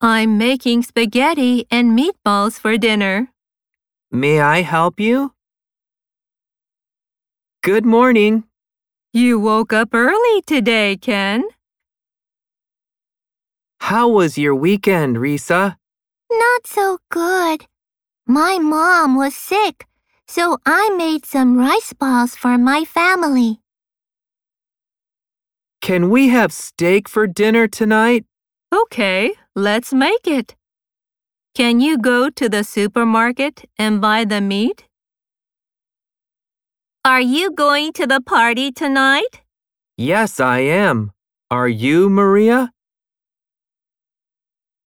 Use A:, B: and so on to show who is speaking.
A: I'm making spaghetti and meatballs for dinner.
B: May I help you? Good morning.
A: You woke up early today, Ken.
B: How was your weekend, Risa?
C: Not so good. My mom was sick, so I made some rice balls for my family.
B: Can we have steak for dinner tonight?
A: Okay, let's make it. Can you go to the supermarket and buy the meat? Are you going to the party tonight?
B: Yes, I am. Are you, Maria?